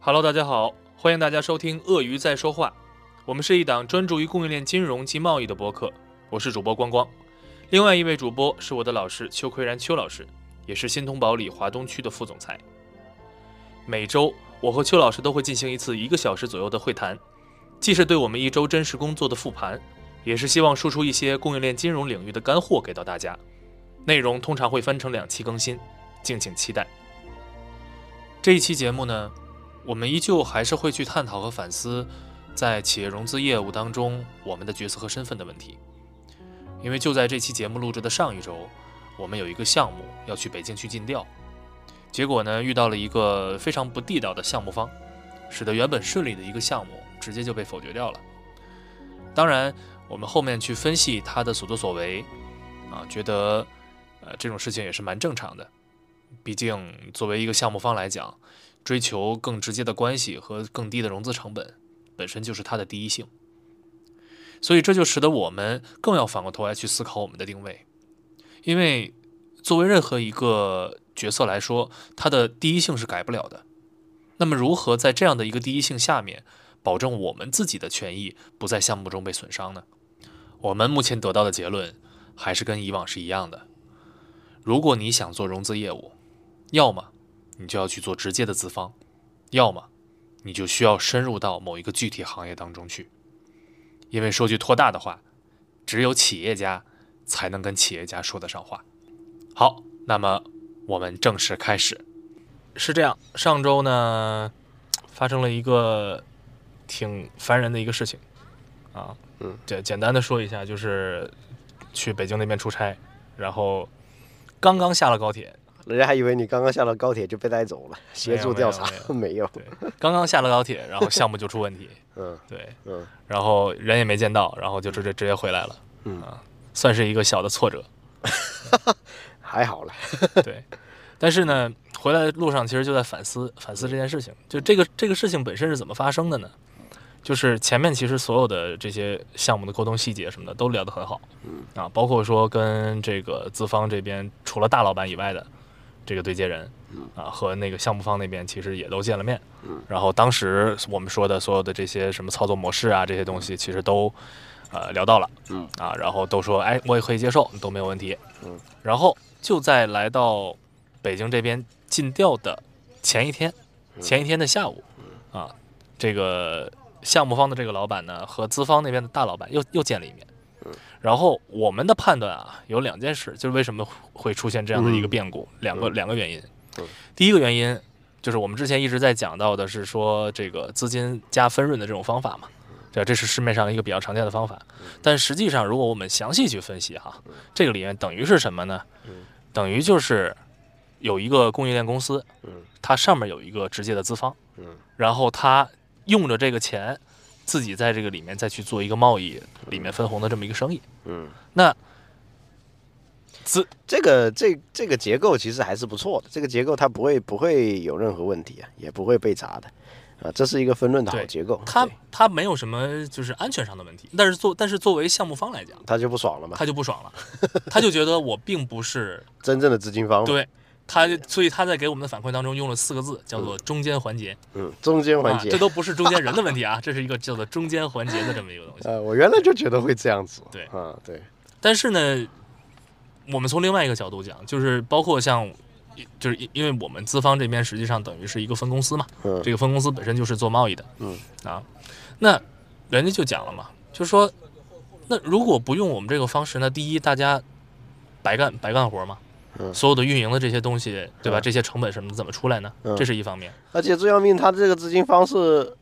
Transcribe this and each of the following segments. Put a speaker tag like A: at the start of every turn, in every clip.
A: Hello，大家好，欢迎大家收听《鳄鱼在说话》，我们是一档专注于供应链金融及贸易的播客，我是主播光光，另外一位主播是我的老师邱奎然邱老师，也是新通宝里华东区的副总裁。每周我和邱老师都会进行一次一个小时左右的会谈，既是对我们一周真实工作的复盘，也是希望输出一些供应链金融领域的干货给到大家。内容通常会分成两期更新，敬请期待。这一期节目呢，我们依旧还是会去探讨和反思，在企业融资业务当中我们的角色和身份的问题。因为就在这期节目录制的上一周，我们有一个项目要去北京去尽调，结果呢遇到了一个非常不地道的项目方，使得原本顺利的一个项目直接就被否决掉了。当然，我们后面去分析他的所作所为，啊，觉得呃这种事情也是蛮正常的，毕竟作为一个项目方来讲。追求更直接的关系和更低的融资成本，本身就是它的第一性。所以这就使得我们更要反过头来去思考我们的定位，因为作为任何一个角色来说，它的第一性是改不了的。那么如何在这样的一个第一性下面，保证我们自己的权益不在项目中被损伤呢？我们目前得到的结论还是跟以往是一样的。如果你想做融资业务，要么你就要去做直接的资方，要么你就需要深入到某一个具体行业当中去。因为说句托大的话，只有企业家才能跟企业家说得上话。好，那么我们正式开始。是这样，上周呢发生了一个挺烦人的一个事情啊，
B: 嗯，
A: 简简单的说一下，就是去北京那边出差，然后刚刚下了高铁，
B: 人家还以为你刚刚下了高铁就被带走了，协助调查
A: 没有
B: 没有，
A: 对，刚刚下了高铁，然后项目就出问题，
B: 嗯
A: 对，
B: 嗯
A: 然后人也没见到，然后就直接直接回来了，
B: 嗯，
A: 啊算是一个小的挫折，
B: 还好了，
A: 对。但是呢，回来的路上其实就在反思反思这件事情，就这个这个事情本身是怎么发生的呢？就是前面其实所有的这些项目的沟通细节什么的都聊得很好，
B: 嗯
A: 啊，包括说跟这个资方这边除了大老板以外的这个对接人
B: 嗯，
A: 啊，和那个项目方那边其实也都见了面
B: 嗯，
A: 然后当时我们说的所有的这些什么操作模式啊这些东西，其实都呃聊到了，
B: 嗯
A: 啊，然后都说哎我也可以接受，都没有问题，
B: 嗯，
A: 然后就在来到北京这边尽调的前一天，
B: 嗯
A: 前一天的下午，啊，这个项目方的这个老板呢和资方那边的大老板又又见了一面。
B: 嗯
A: 然后我们的判断啊，有两件事，就是为什么会出现这样的一个变故，两个两个原因
B: 嗯。
A: 第一个原因就是我们之前一直在讲到的是说这个资金加分润的这种方法嘛，
B: 嗯
A: 对吧，这是市面上一个比较常见的方法。但实际上，如果我们详细去分析哈，
B: 嗯
A: 这个里面等于是什么呢？等于就是有一个供应链公司，
B: 嗯
A: 它上面有一个直接的资方，
B: 嗯
A: 然后他用着这个钱，自己在这个里面再去做一个贸易，里面分红的这么一个生意。
B: 嗯，
A: 那资
B: 这个这这个结构其实还是不错的，这个结构它不会不会有任何问题啊，也不会被查的，啊，这是一个分论的好
A: 对
B: 结构，
A: 他
B: 对
A: 他没有什么就是安全上的问题，但是作但是作为项目方来讲，
B: 他就不爽了嘛，
A: 他就不 爽了，他就觉得我并不是
B: 真正的资金方嘛，
A: 对他，所以他在给我们的反馈当中用了四个字，叫做中间环节。
B: 嗯，中间 环
A: 啊，
B: 节
A: 这，都不是中间人的问题啊，这是一个叫做中间环节的这么一个东西。
B: 呃，我原来就觉得会这样子，
A: 对
B: 啊，对，
A: 但是呢，我们从另外一个角度讲，就是包括像，就是因因为我们资方这边实际上等于是一个分公司嘛，
B: 嗯
A: 这个分公司本身就是做贸易的，
B: 嗯
A: 啊，那人家就讲了嘛，就说，那如果不用我们这个方式，那第一大家白干白干活嘛。
B: 嗯
A: 所有的运营的这些东西，对吧？
B: 嗯
A: 这些成本什么的怎么出来呢？
B: 嗯
A: 这是一方面。
B: 而且最要命，他这个资金方式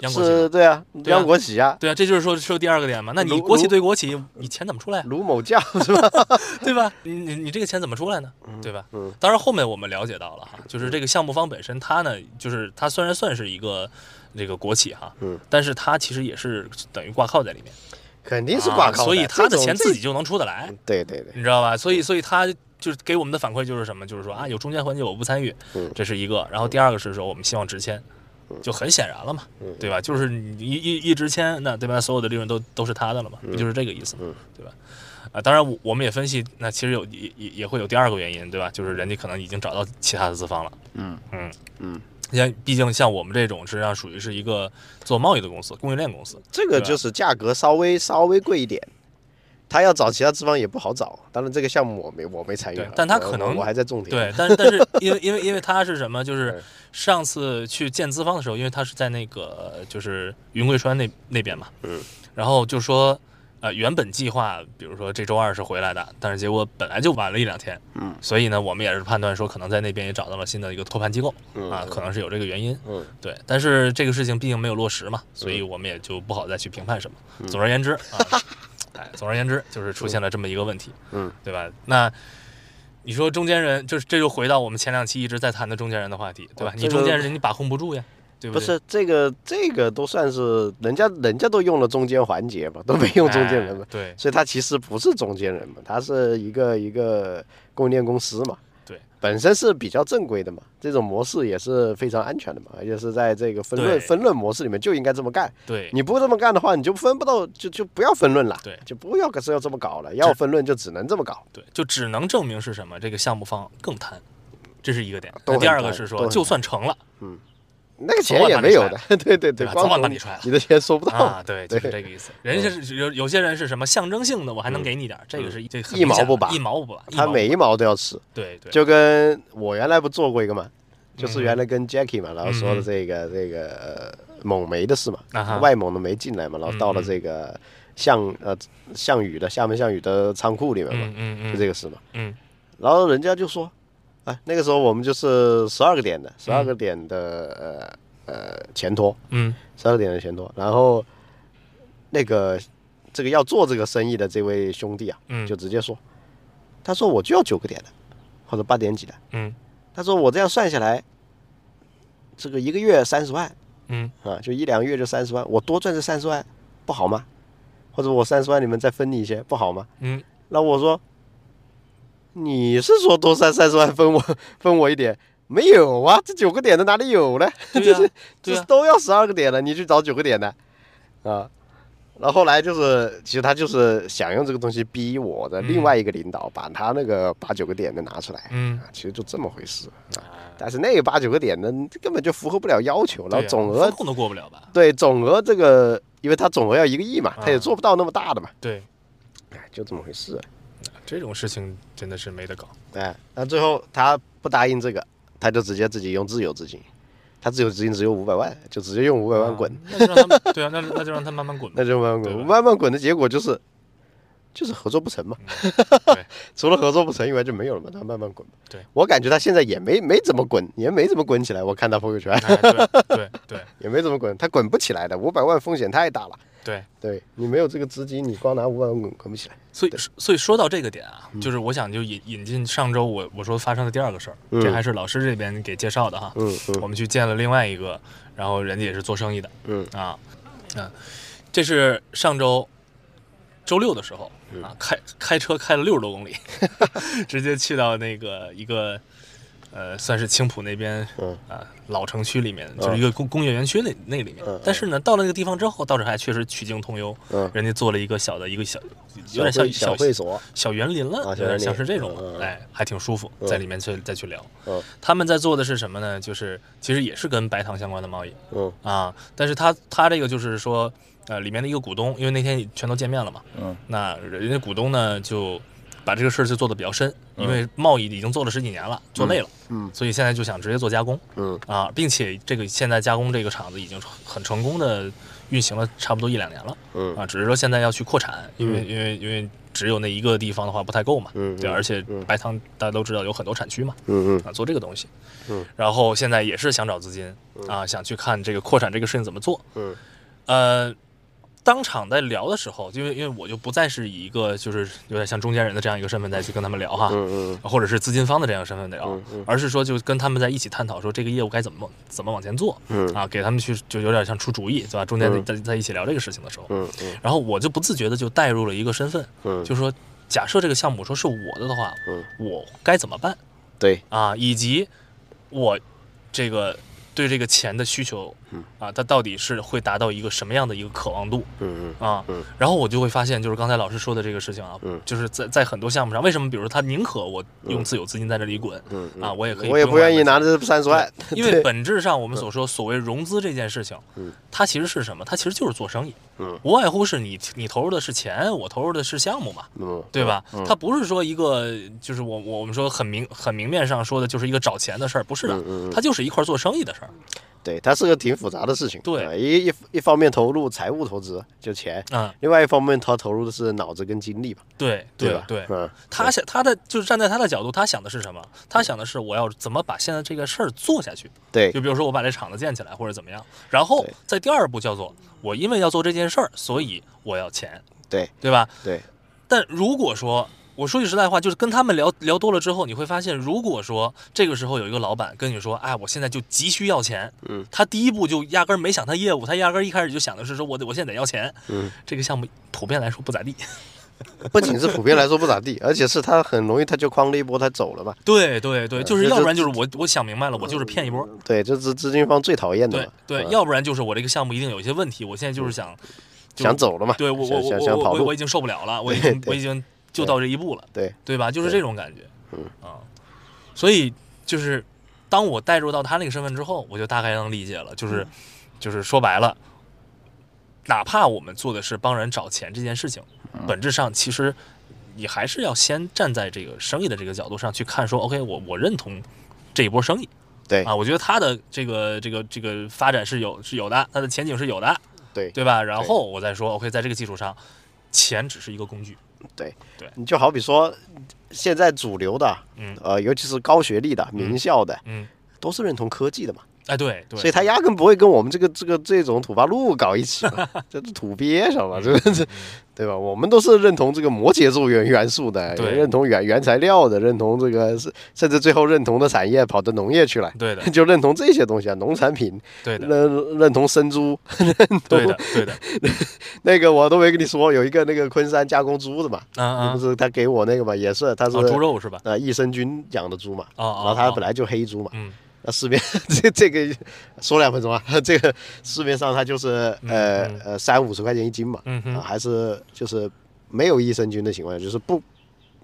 A: 央国企嘛，
B: 是，对啊，
A: 对啊
B: 央国企啊，
A: 对啊，这就是说说第二个点嘛。那你
B: 如
A: 国企
B: 如
A: 对国企，你钱怎么出来啊？
B: 卢某教是吧？
A: 对吧？你你你这个钱怎么出来呢？对吧？
B: 嗯
A: 当然后面我们了解到了哈，就是这个项目方本身，它呢，就是它虽然算是一个这个国企哈，
B: 嗯，
A: 但是它其实也是等于挂靠在里面，
B: 肯定是挂靠的、
A: 啊所以它的
B: 这种
A: 钱自己
B: 这
A: 就能出得来，
B: 对对对，
A: 你知道吧？所以所以它就是给我们的反馈就是什么？就是说啊，有中间环节我不参与
B: 嗯，
A: 这是一个。然后第二个是说我们希望直签，就很显然了嘛，
B: 嗯
A: 对吧？就是你一一一直签，那对吧？所有的利润都都是他的了嘛，不就是这个意思嘛
B: 嗯，
A: 对吧？啊，当然我我们也分析，那其实有也也也会有第二个原因，对吧？就是人家可能已经找到其他的资方了，
B: 嗯嗯
A: 嗯
B: 嗯，
A: 你像毕竟像我们这种实际上属于是一个做贸易的公司，供应链公司，
B: 这个
A: 对吧
B: 就是价格稍微稍微贵一点，他要找其他资方也不好找。当然这个项目我没我没参与
A: 对
B: 啊，
A: 但他
B: 我
A: 可
B: 我
A: 能
B: 我还在种田。
A: 对，但是但是因为因为因为他是什么？就是
B: 嗯
A: 上次去见资方的时候，因为他是在那个呃就是云贵川那那边嘛，
B: 嗯，
A: 然后就说呃原本计划，比如说这周二是回来的，但是结果本来就晚了一两天，
B: 嗯，
A: 所以呢，我们也是判断说可能在那边也找到了新的一个托盘机构
B: 嗯
A: 啊，可能是有这个原因，
B: 嗯，
A: 对，但是这个事情毕竟没有落实嘛，所以我们也就不好再去评判什么。
B: 嗯
A: 总而言之 啊，哎，总而言之就是出现了这么一个问题，
B: 嗯，
A: 对吧？那你说中间人，就是这就回到我们前两期一直在谈的中间人的话题，对吧？
B: 哦
A: 你
B: 这
A: 中
B: 个
A: 间人你把控不住呀，对
B: 不
A: 对？
B: 是这个这个都算是人家人家都用了中间环节嘛，都没用中间人嘛
A: 哎，对
B: 所以他其实不是中间人嘛，他是一个一个供应链公司嘛。
A: 对，
B: 本身是比较正规的嘛，这种模式也是非常安全的嘛，而且是在这个分
A: 对
B: 论分论模式里面就应该这么干。
A: 对
B: 你不这么干的话，你就分不到，就就不要分论了，
A: 对
B: 就不要是要这么搞了，要分论就只能这么搞。
A: 对，就只能证明是什么？这个项目方更贪，这是一个点。那
B: 都很
A: 第二个
B: 贪
A: 是
B: 都
A: 说，
B: 很
A: 就
B: 贪
A: 算成了
B: 那个钱也没有的， 对对
A: 对
B: 对
A: 吧，
B: 光
A: 早晚把
B: 从
A: 你踹了
B: 你的钱收不到，
A: 啊，对，就是这个意思。人家是有有些人是什么象征性的，我还能给你点儿，这个是这个很
B: 一
A: 明
B: 毛
A: 显
B: 不
A: 的
B: 拔
A: 一毛不拔，一
B: 他
A: 毛
B: 每一毛都要吃。
A: 对对，
B: 就跟我原来不做过一个嘛，
A: 嗯
B: 就是原来跟 Jackie 嘛，然后说
A: 嗯
B: 的这个这个呃蒙煤的事嘛
A: 啊哈，
B: 外蒙的煤进来嘛，然后到了
A: 嗯嗯
B: 这个项呃项羽的厦门项羽的仓库里面嘛，
A: 嗯嗯嗯，
B: 就这个事嘛，
A: 嗯
B: 然后人家就说，哎，那个时候我们就是十二个点的，十二个点的呃呃前拖，
A: 嗯
B: 十二点的前拖，然后那个这个要做这个生意的这位兄弟啊，
A: 嗯
B: 就直接说，他说我就要九个点的，或者八点几的，
A: 嗯
B: 他说我这样算下来，这个一个月三十万
A: 嗯
B: 啊，就一两个月就三十万，我多赚这三十万不好吗？或者我三十万你们再分你一些不好吗？
A: 嗯
B: 那我说，你是说多赚三十万分我分我一点？没有啊，这九个点的哪里有呢？
A: 对
B: 这
A: 呀
B: 是
A: 对啊
B: 这
A: 呀
B: 是都要十二个点了，你去找九个点的啊。然后后来就是，其实他就是想用这个东西逼我的另外一个领导把他那个八九个点的拿出来，
A: 嗯
B: 啊，其实就这么回事。啊但是那八九个点呢，根本就符合不了要求，然
A: 啊对啊呀
B: 后总
A: 风
B: 额
A: 控都过不了吧？
B: 对总额这个，因为他总额要一个亿嘛，他
A: 啊
B: 也做不到那么大的嘛，
A: 对，
B: 哎，就这么回事。
A: 这种事情真的是没得搞。
B: 哎，那最后他不答应这个，他就直接自己用自有资金，他自有资金只有五百万，就直接用五百万滚，
A: 啊那就让他们对啊，那那就让他慢慢滚吧
B: 那。就慢慢
A: 对吧啊
B: 滚，慢慢滚的结果就是就是合作不成嘛，
A: 嗯 对
B: 除了合作不成以外就没有了嘛，他慢慢滚嘛。
A: 对
B: 我感觉他现在也没没怎么滚，也没怎么滚起来，我看他朋友圈
A: 哎对对对
B: 也没怎么滚，他滚不起来的，五百万风险太大了。
A: 对，
B: 对你没有这个资金，你光拿五百万滚滚不起来。
A: 所以所以说到这个点
B: 嗯
A: 啊，就是我想就引引进上周我我说发生的第二个事儿，这
B: 嗯
A: 还是老师这边给介绍的哈。
B: 嗯
A: 我
B: 嗯
A: 们去见了另外一个，然后人家也是做生意的，
B: 嗯
A: 啊，嗯、这是上周周六的时候
B: 嗯
A: 啊，开开车开了六十多 公里，直接去到那个一个呃，算是青浦那边
B: 嗯
A: 啊老城区里面，就是一个工工业园区那那里面
B: 嗯嗯。
A: 但是呢，到了那个地方之后，倒是还确实曲径通幽，
B: 嗯，
A: 人家做了一个小的一个小，有
B: 小
A: 点像
B: 会小会所，
A: 小园林了，有
B: 啊小
A: 点
B: 园林
A: 像是这种
B: 嗯
A: 了，
B: 嗯
A: 哎，还挺舒服，
B: 嗯
A: 在里面去再去聊
B: 嗯。
A: 他们在做的是什么呢？就是其实也是跟白糖相关的贸易
B: 嗯
A: 啊，但是他他这个就是说，呃，里面的一个股东，因为那天全都见面了嘛，
C: 嗯，
A: 那人家股东呢就把这个事儿就做得比较深，因为贸易已经做了十几年了，做累了，
B: 嗯
A: 所以现在就想直接做加工
B: 嗯
A: 啊，并且这个现在加工这个厂子已经很成功的运行了差不多一两年了。
B: 嗯
A: 啊，只是说现在要去扩产，因为、因为因为只有那一个地方的话不太够嘛，
B: 嗯
A: 对，
B: 嗯
A: 而且
B: 嗯
A: 白糖大家都知道有很多产区嘛，
B: 嗯嗯
A: 啊，做这个东西，
B: 嗯，
A: 然后现在也是想找资金啊，想去看这个扩产这个事情怎么做，
B: 嗯
A: 呃。当场在聊的时候，因为因为我就不再是以一个就是有点像中间人的这样一个身份再去跟他们聊哈，
B: 嗯
A: 或者是资金方的这样的身份聊，
B: 嗯嗯
A: 而是说就跟他们在一起探讨说这个业务该怎么怎么往前做，
B: 嗯
A: 啊，给他们去就有点像出主意，对吧？中间
B: 嗯
A: 在在一起聊这个事情的时候，
B: 嗯
A: 然后我就不自觉的就带入了一个身份，
B: 嗯，
A: 就是说，假设这个项目说是我的的话，
B: 嗯
A: 我该怎么办
B: 对，
A: 啊？以及我这个对这个钱的需求啊，它到底是会达到一个什么样的一个渴望度
B: 嗯
A: 啊
B: 嗯？
A: 然后我就会发现，就是刚才老师说的这个事情啊
B: 嗯，
A: 就是在在很多项目上，为什么比如说他宁可我用自有资金在这里滚
B: 嗯嗯
A: 啊，我也可以，
B: 嗯，我也不愿意拿这三十万，
A: 因 为本质上我们所说所谓融资这件事情
B: 嗯，
A: 它其实是什么？它其实就是做生意，
B: 嗯
A: 无外乎是你你投入的是钱，我投入的是项目嘛，
B: 嗯，
A: 对吧？
B: 嗯
A: 它不是说一个就是我我我们说很明很明面上说的就是一个找钱的事儿，不是的
B: 嗯嗯，嗯
A: 它就是一块儿做生意的事儿。
B: 对，它是个挺复杂的事情。
A: 对
B: 呃一一一方面投入财务投资就钱，
A: 嗯，
B: 另外一方面他投入的是脑子跟精力吧，
A: 对
B: 吧？
A: 对，
B: 嗯，
A: 他想他的就是站在他的角度，他想的是什么？他想的是我要怎么把现在这个事儿做下去。
B: 对
A: 就比如说我把这厂子建起来或者怎么样，然后
B: 对
A: 在第二步叫做我因为要做这件事儿，所以我要钱，
B: 对
A: 对吧？
B: 对，
A: 但如果说我说句实在话，就是跟他们聊聊多了之后，你会发现，如果说这个时候有一个老板跟你说，哎，我现在就急需要钱，
B: 嗯，
A: 他第一步就压根儿没想他业务，他压根儿一开始就想的是说我得我现在得要钱，
B: 嗯，
A: 这个项目普遍来说不咋 地。
B: 不仅是普遍来说不咋地，而且是他很容易他就框了一波，他走了嘛。
A: 对对对，就是
B: 这
A: 要不
B: 这
A: 然就是我我想明白了，我就是骗一波，
B: 对，这是资金方最讨厌的
A: 对
B: 嘛。
A: 对，
B: 嗯
A: 要不然就是我这个项目一定有一些问题，我现在就是想就
B: 想走了嘛，
A: 对我我
B: 想
A: 我
B: 想
A: 我
B: 想跑
A: 我我
B: 路
A: 已，经受不了了，我已
B: 对
A: 经
B: 对
A: 我已经就到这一步了，
B: 对
A: 对吧？就是这
B: 对
A: 种感觉，
B: 嗯
A: 啊，所以就是当我带入到他那个身份之后，我就大概能理解了，
B: 嗯
A: 就是就是说白了，哪怕我们做的是帮人找钱这件事情，
B: 嗯
A: 本质上其实你还是要先站在这个生意的这个角度上去看说，OK，我我认同这一波生意，
B: 对
A: 啊，我觉得它的这个这个这个发展是有是有的，它的前景是有的，
B: 对，
A: 对吧？然后我再说，OK，在这个基础上，钱只是一个工具，
B: 你就好比说现在主流的，
A: 嗯
B: 呃，尤其是高学历的、名校的，
A: 嗯，
B: 都是认同科技的嘛。
A: 哎，对对，
B: 所以他压根不会跟我们这个这个这种土八路搞一起 嘛，这是土鳖上
A: 嗯
B: 嘛，这这对吧？我们都是认同这个摩羯座元元素的，也
A: 对
B: 认同原原材料的，认同这个是甚至最后认同的产业跑到农业去了，
A: 对的
B: 就认同这些东西啊，农产品，
A: 对的
B: 认认同生猪，
A: 对的对的，
B: 那个我都没跟你说，有一个那个昆山加工猪的嘛，
A: 啊啊
B: 不，是他给我那个嘛，也是他是
A: 哦，猪肉是吧？
B: 呃益生菌养的猪嘛，
A: 哦哦
B: 然后他
A: 哦
B: 本来就黑猪嘛，
A: 嗯，
B: 那市面 这这个说两分钟啊，这个市面上它就是呃、
A: 嗯
B: 呃三五十块钱一斤嘛，
A: 嗯哼
B: 啊还是就是没有益生菌的情况下，就是不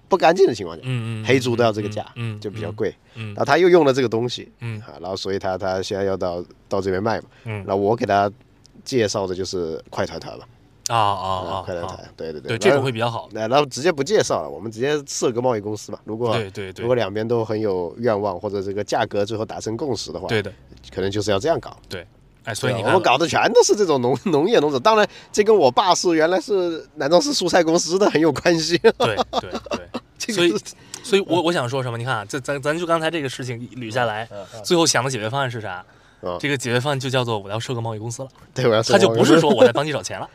B: 不干净的情况下，
A: 嗯嗯，
B: 黑猪都要这个价，
A: 嗯，嗯
B: 就比较，贵。
A: 嗯
B: 然后他又用了这个东西，
A: 嗯
B: 啊，然后所以他他现在要到到这边卖嘛，
A: 嗯
B: 然后我给他介绍的就是快团团嘛，
A: 啊啊
B: 啊，快团
A: 啊，
B: 团，对对
A: 对，
B: 对，
A: 这
B: 然
A: 种
B: 后
A: 会比较好，
B: 那然后直接不介绍了，我们直接设个贸易公司嘛，如果
A: 对对对
B: 如果两边都很有愿望或者这个价格最后达成共识的话，
A: 对的，
B: 可能就是要这样搞。
A: 对，哎，所以你
B: 啊我
A: 看
B: 们，搞的全都是这种农农业农种，当然这跟我爸是原来是南庄市蔬菜公司的很有关系。
A: 对 对对，
B: 这
A: 所以
B: 个是。
A: 所以我我想说什么？你看啊，这咱咱就刚才这个事情捋下来，最后想的解决方案是啥？
B: 嗯
A: 这个解决方案就叫做我要设个贸易公司了。
B: 对，我要设
A: 他就
B: 贸易
A: 不是
B: 公司
A: 说我在帮你找钱 了，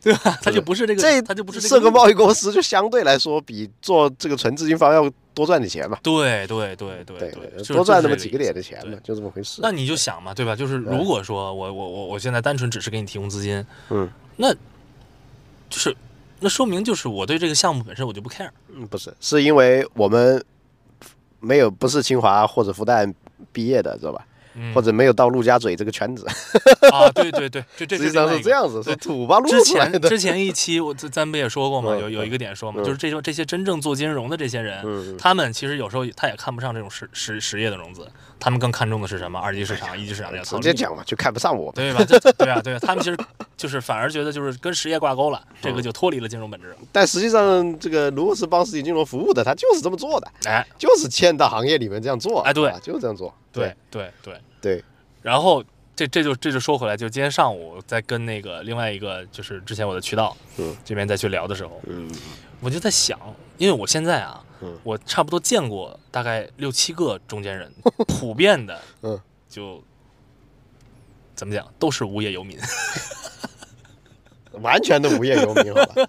A: 对吧？ 他就不是这个，
B: 这，
A: 他就不是这
B: 设个
A: 个
B: 贸易公司就相对来说比做这个纯资金方要多赚点钱嘛。
A: 对对对对就是
B: 多赚那
A: 就是这
B: 么几
A: 意
B: 个
A: 思
B: 点的钱嘛，就这么回事。
A: 那你就想嘛，对吧？就是如果说我我我我现在单纯只是给你提供资金，
B: 嗯
A: 那就是那说明就是我对这个项目本身我就不 care，
B: 嗯，不是，是因为我们没有不是清华或者复旦毕业的，知道吧？
A: 嗯
B: 或者没有到陆家嘴这个圈子，
A: 啊，对对对，这这
B: 实际上是这。样子，
A: 对
B: 是土八路
A: 这
B: 出
A: 是另
B: 来
A: 外一个之前
B: 的。
A: 之前一期我咱咱不也说过嘛，
B: 嗯
A: 有有一个点说嘛，
B: 嗯
A: 就是这种这些真正做金融的这些人，
B: 嗯嗯
A: 他们其实有时候他也看不上这种实实实业的融资，他们更看重的是什么二级市
B: 哎
A: 场、一级市场这些
B: 直
A: 套
B: 接
A: 利。
B: 讲嘛，就看不上我。
A: 对吧？这对啊，对啊，他们其实就是反而觉得就是跟实业挂钩了，这
B: 嗯
A: 个就脱离了金融本质。
B: 但实际上，这个如果是帮实体金融服务的，他就是这么做的。
A: 哎，
B: 就是嵌到行业里面这样做，
A: 哎对
B: 啊就是这样做，
A: 对对对。
B: 对，
A: 然后这这就这就说回来，就今天上午在跟那个另外一个就是之前我的渠道，
B: 嗯
A: 这边再去聊的时候，
B: 嗯
A: 我就在想，因为我现在啊，
B: 嗯
A: 我差不多见过大概六七个中间 人，普遍的，
B: 嗯，
A: 就怎么讲，都是无业游民，
B: 完全的无业游民，好吧，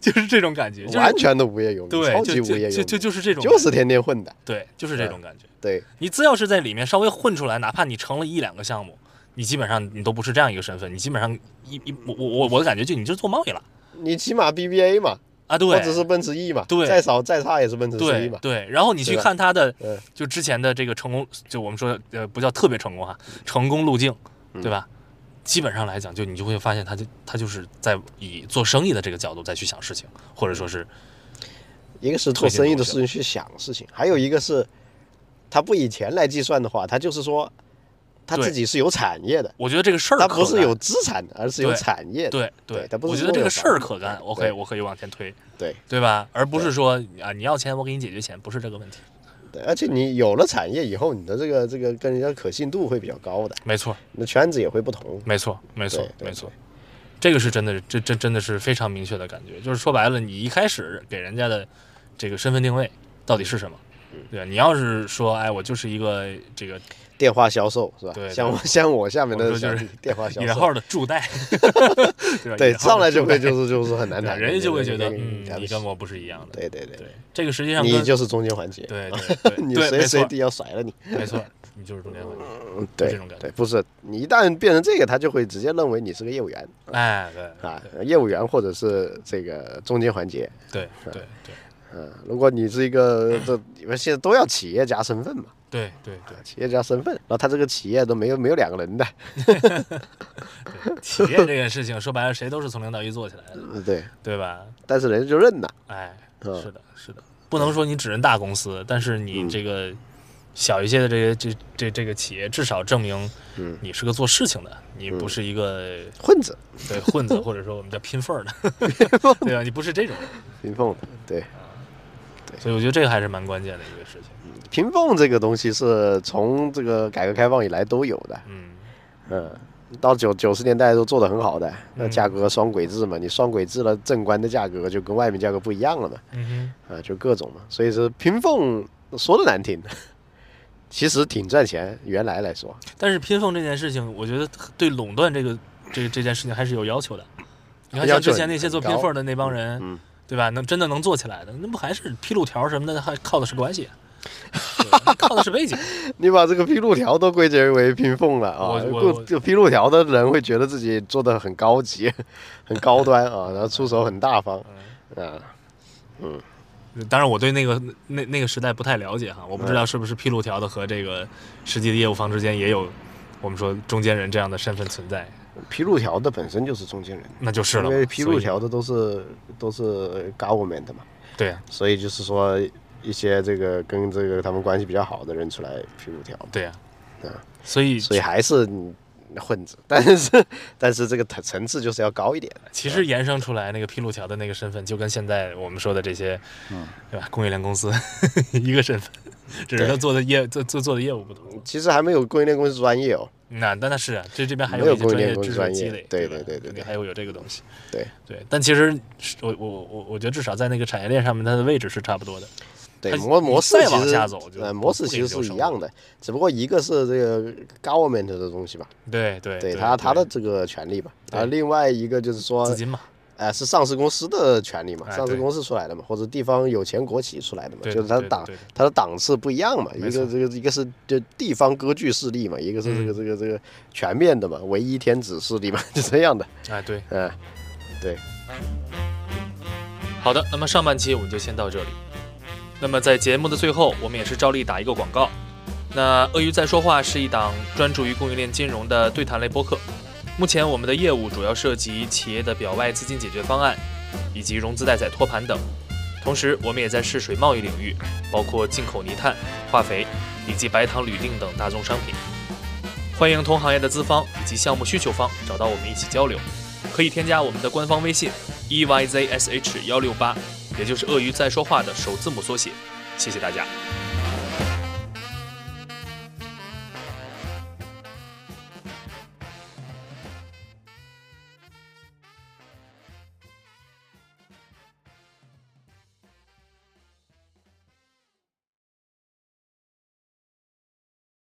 A: 就是这种感觉， 就是
B: 完全的无业游民，
A: 对，
B: 超级
A: 就
B: 无
A: 就
B: 业游
A: 就
B: 民，
A: 就就是这种感觉，
B: 就是嗯天天混的，
A: 对，就是这种感觉。
B: 对
A: 你只要是在里面稍微混出来，哪怕你成了一两个项目，你基本上你都不是这样一个身份，你基本上一一我我我我的感觉就你就做贸易了
B: 你起码 BBA 嘛，
A: 啊，对，
B: 或者是奔驰 E 嘛，
A: 对
B: 再少再差也是奔驰 C
A: 对
B: 嘛，
A: 对，然后你去
B: 对吧
A: 看他的
B: 嗯嗯
A: 就之前的这个成功，就我们说呃不叫特别成功哈，成功路径，对吧？基本上来讲，就你就会发现他就他就是在以做生意的这个角度再去想事情，或者说是
B: 一个是做生意的事情去想事情，还有一个是，他不以钱来计算的话，他就是说，他
A: 对
B: 自己是有产业的，
A: 我觉得这个事儿
B: 他
A: 可
B: 不是
A: 干
B: 有资产的，而是有
A: 对
B: 产业的。
A: 对
B: 对他不
A: 我
B: 是
A: 觉得
B: 说
A: 这
B: 有
A: 个事儿
B: 房
A: 可干
B: 对
A: 我可以我可以往前推，
B: 对
A: 对吧？而不是说啊你要钱我给你解决钱，不是这个问题，
B: 对，而且你有了产业以后，你的这个这个跟人家可信度会比较高的，
A: 没错
B: 你的圈子也会不同。
A: 没错没错
B: 对对
A: 没错，这个是真的，这这真的是非常明确的感觉，就是说白了，你一开始给人家的这个身份定位到底是什么？对吧？你要是说，哎，我就是一个这个
B: 电话销售是吧
A: 对？对
B: 像我像我下面
A: 我
B: 的
A: 说就是
B: 小弟电话销
A: 引
B: 售，
A: 号的助贷，对吧？
B: 对，
A: 引号
B: 上
A: 的
B: 来就
A: 助贷
B: 会就是就是很难
A: 对
B: 谈，
A: 人家就会觉得，
B: 对
A: 嗯，你跟
B: 对
A: 我不是一样的。
B: 对对对，
A: 对，这个实际上
B: 你
A: 跟
B: 就是中间环节，
A: 对对对
B: 你
A: 对，
B: 随
A: 没
B: 随
A: 错
B: 地要甩了你。
A: 没错，你就是中间环节。
B: 嗯，
A: 这
B: 对
A: 种感觉
B: 对，不是你一旦变成这个，他就会直接认为你是个业务员
A: 哎，对
B: 啊，业务员或者是这个中间环节。
A: 对对对
B: 嗯，如果你是 一个这你们现在都要企业家身份嘛，啊
A: 对对对
B: 企业家身份，然后他这个企业都没有没有两个人的，
A: 对，企业这个事情说白了，谁都是从零到一做起来的，
B: 嗯对，
A: 对吧？
B: 但是人家就认了。
A: 哎，
B: 嗯
A: 是的，是的，不能说你只认大公司，但是你这个小一些的这些这这这个企业，至少证明
B: 嗯
A: 你是个做事情的，你不是一个
B: 混子
A: 对混 子，或者说我们叫拼缝儿的，对啊吧？你不是这种人，
B: 拼缝的，对，
A: 所以我觉得这个还是蛮关键的一个事情。
B: 拼缝这个东西是从这个改革开放以来都有的，
A: 嗯，
B: 嗯，到九九十年代都做得很好的，那
A: 嗯
B: 价格双轨制嘛，你双轨制了，正官的价格就跟外面价格不一样了嘛，
A: 嗯
B: 啊，就各种嘛，所以说拼缝说的难听， 其实挺赚钱，原来来说，
A: 哼，但是拼缝这件事情，我觉得对垄断这个这这件事情还是有要求的。你看，
B: 要
A: 像
B: 求
A: 之前那些
B: 很
A: 做拼
B: 高
A: 缝儿的那帮人，
B: 嗯，
A: 对吧？能真的能做起来的，那不还是披露条什么的，还靠的是关系，对 吧靠的是背景。
B: 你把这个披露条都归结为拼缝了啊
A: 我，我
B: 过就披露条的人会觉得自己做的很 高级，很高端啊，
A: 嗯
B: 然后出手很大方，啊，
A: 当然，我对那个那那个时代不太了解哈，我不知道是不是披露条的和这个实际的业务方之间也有我们说中间人这样的身份存在，
B: 披露条的本身就是中间人。
A: 那就是了
B: 因
A: 嘛。
B: 为披露
A: 所以
B: 条的都是都是 government 的嘛，
A: 对啊，
B: 所以就是说一些这个跟这个他们关系比较好的人出来披露条，
A: 对啊，
B: 嗯
A: 所以
B: 所以还是你混子， 但是但是这个层层次就是要高一点。
A: 其实延伸出来那个披露条的那个身份，就跟现在我们说的这些，对吧？供应链公司 一个身份，只是
B: 嗯对
A: 他做的业做做做的业务不同。
B: 其实还没有供应链公司专业哦，
A: 那那那是啊，这这边还
B: 没有
A: 一些
B: 供应
A: 专业
B: 链公
A: 知
B: 司
A: 识
B: 专
A: 积
B: 业
A: 累，
B: 对
A: 吧
B: 对对对
A: 肯定
B: 对
A: 还会有这个东西。
B: 对
A: 对，但其实是我我我我觉得至少在那个产业链上面，它的位置是差不多的。
B: 对
A: 它
B: 模模式
A: 再
B: 其
A: 往
B: 实
A: 下走就
B: 呃
A: 不
B: 模式
A: 不
B: 其
A: 研
B: 实
A: 究
B: 是
A: 生
B: 一
A: 了
B: 样的，只不过一个是这个 government 的东西吧，
A: 对对
B: 对他他的这个权利吧，而另外一个就是说
A: 资金嘛，
B: 呃，是上市公司的权利嘛，
A: 哎
B: 上市
A: 对
B: 公司出来的嘛，或者地方有钱国企出来的嘛，
A: 对
B: 就是
A: 的
B: 它
A: 对
B: 的
A: 的
B: 档
A: 对的
B: 它的档次不一样嘛，一
A: 没
B: 个
A: 错嗯
B: 这个一个是就地方割据势力嘛，一个是这个这个这个全面的嘛，唯一天子势力嘛， 就这样的，
A: 哎对。
B: 嗯，对，
A: 好的，那么上半期我们就先到这里。那么在节目的最后，我们也是照例打一个广告。那《鳄鱼在说话》是一档专注于供应链金融的对谈类播客。目前我们的业务主要涉及企业的表外资金解决方案，以及融资贷载托盘等。同时，我们也在试水贸易领域，包括进口泥炭、化肥以及白糖、铝锭等大宗商品。欢迎同行业的资方以及项目需求方找到我们一起交流，可以添加我们的官方微信 E Y Z S H 幺六八，也就是鳄鱼在说话的首字母缩写。谢谢大家。